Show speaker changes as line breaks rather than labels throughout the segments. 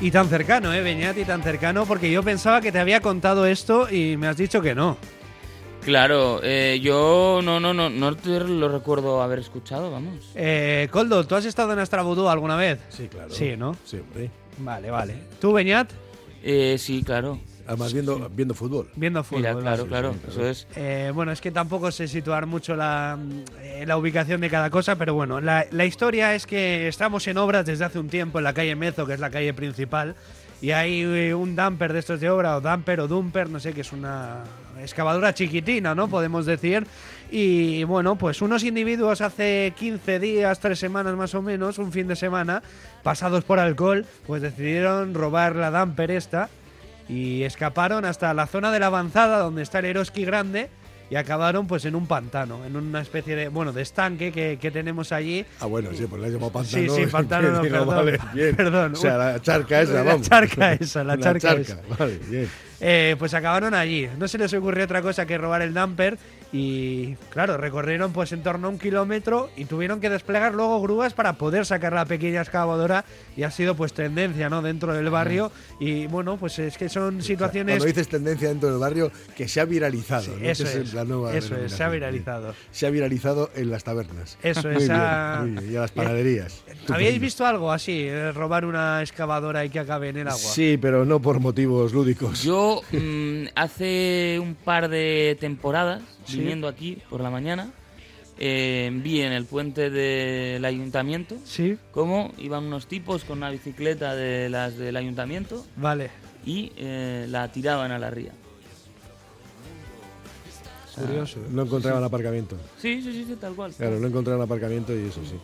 Y tan cercano, ¿eh, Beñati? Tan cercano, porque yo pensaba que te había contado esto y me has dicho que no.
Claro, eh, yo no, no, no, no te lo recuerdo haber escuchado, vamos.
Eh, Coldo, ¿tú has estado en Astrabudú alguna vez?
Sí, claro.
Sí, ¿no?
Sí, hombre.
Vale, vale. ¿Tú, Beñat?
Eh, sí, claro.
Además, viendo, viendo fútbol.
Viendo fútbol.
Mira,
¿no?
claro, claro,
claro.
eso es.
Eh, bueno, es que tampoco sé situar mucho la, eh, la ubicación de cada cosa, pero bueno, la, la historia es que estamos en obras desde hace un tiempo en la calle Mezo, que es la calle principal, y hay eh, un dumper de estos de obra, o dumper o dumper, no sé, que es una excavadora chiquitina, ¿no? Podemos decir. Y bueno, pues unos individuos hace 15 días, 3 semanas más o menos, un fin de semana, pasados por alcohol, pues decidieron robar la dumper esta y escaparon hasta la zona de la avanzada donde está el Eroski grande y acabaron pues en un pantano, en una especie de, bueno, de estanque que, que tenemos allí.
Ah, bueno, sí, pues le he llamado
Sí, sí,
pantano.
pantano, no,
Digo,
perdón.
vale, bien.
Perdón.
O sea, la charca esa,
La
vamos.
charca esa, la charca esa.
Vale, bien.
Eh, pues acabaron allí. No se les ocurrió otra cosa que robar el dumper y claro, recorrieron pues en torno a un kilómetro y tuvieron que desplegar luego grúas para poder sacar la pequeña excavadora y ha sido pues tendencia, ¿no? Dentro del barrio y bueno, pues es que son situaciones...
Cuando dices tendencia dentro del barrio, que se ha viralizado.
Sí,
¿no?
eso
Esa
es,
la nueva
eso es, se ha
denominación.
viralizado.
Se ha viralizado en las tabernas.
Eso
Muy
es,
bien,
ah.
muy bien, Y a las panaderías.
¿Habíais
Estupendo.
visto algo así? eh, Robar una excavadora y que acabe en el agua.
Sí, pero no por motivos lúdicos.
Yo mm, hace un par de temporadas, viniendo aquí por la mañana, eh, vi en el puente del ayuntamiento
Sí,
cómo iban unos tipos con una bicicleta de las del ayuntamiento
vale.
y eh, la tiraban a la ría.
Curioso.
No encontraban aparcamiento.
Sí, sí, sí, sí, tal cual.
Claro, no encontraban aparcamiento y eso sí.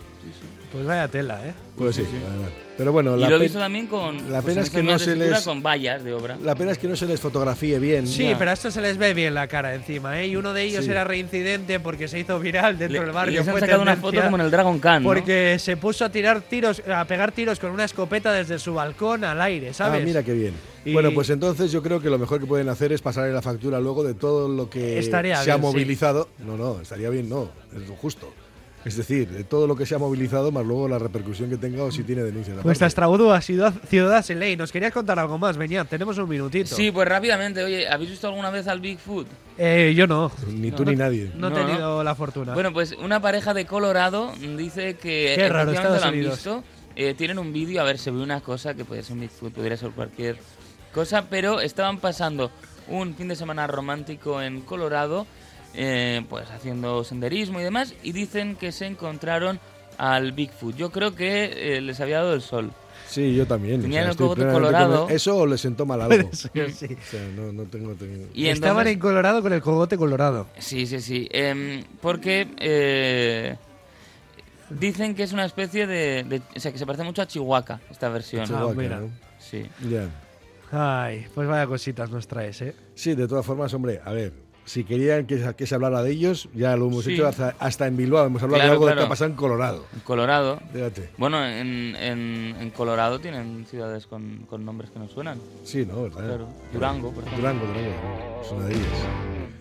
Pues vaya tela, ¿eh?
Pues sí, la verdad. Pero bueno,
Y
la,
lo he
pe-
visto también con
la
pues,
pena
en
es que
esquemas
no
de
se
escritura
les-
con vallas de obra.
la pena es que no se les fotografíe bien.
Sí,
Ya.
pero a esto se les ve bien la cara encima, ¿eh? Y uno de ellos
Sí.
era reincidente porque se hizo viral dentro
Le-
del barrio.
les han
fue
sacado una
tendencia
foto como en el Dragon Khan, ¿no?
Porque se puso a tirar tiros, a pegar tiros con una escopeta desde su balcón al aire, ¿sabes?
Ah, mira qué bien.
Y-
Bueno, pues entonces yo creo que lo mejor que pueden hacer es pasarle la factura luego de todo lo que
Estaría
se
bien,
ha
sí.
movilizado. No, no, estaría bien, no, es lo justo. Es decir, de todo lo que se ha movilizado, más luego la repercusión que tenga o si tiene denuncias.
Nuestra
aparte.
Estrabudú ha sido ciudad sin ley. Nos querías contar algo más, Beñat. Tenemos un minutito.
Sí, pues rápidamente, oye, ¿habéis visto alguna vez al Bigfoot?
Eh, yo no.
Ni tú ni nadie.
No, he
No,
tenido la fortuna.
Bueno, pues una pareja de Colorado dice que
Qué raro,
efectivamente
Estados
lo han
Unidos.
visto. Eh, tienen un vídeo, a ver, se ve una cosa que podría ser un Bigfoot, podría ser cualquier cosa, pero estaban pasando un fin de semana romántico en Colorado, eh, pues haciendo senderismo y demás, y dicen que se encontraron al Bigfoot. Yo creo que eh, les había dado el sol.
Sí, yo también.
Tenían el
estoy
cogote
plenamente
colorado.
conven- Eso o le sentó mal algo. O
Sí.
sea, no, no tengo. tengo-
Y
Estaban
entonces-
en Colorado con el cogote colorado.
Sí, sí, sí. Em, porque eh, dicen que es una especie de, de- O sea, que se parece mucho a Chihuahua, esta versión.
Chihuahua,
Ah, mira.
¿no?
Sí.
Ya.
Ay, pues vaya cositas nos traes, ¿eh?
Sí, de todas formas, hombre, a ver, si querían que, que se hablara de ellos, ya lo hemos
Sí.
hecho hasta, hasta en Bilbao, hemos hablado de
Claro,
algo que
claro.
ha pasado en Colorado.
En Colorado.
Fíjate.
Bueno, en, en- en Colorado tienen ciudades con, con nombres que no suenan.
Sí, ¿no? ¿Verdad?
Claro. Durango, por ejemplo.
Durango, Durango. Es una de ellas.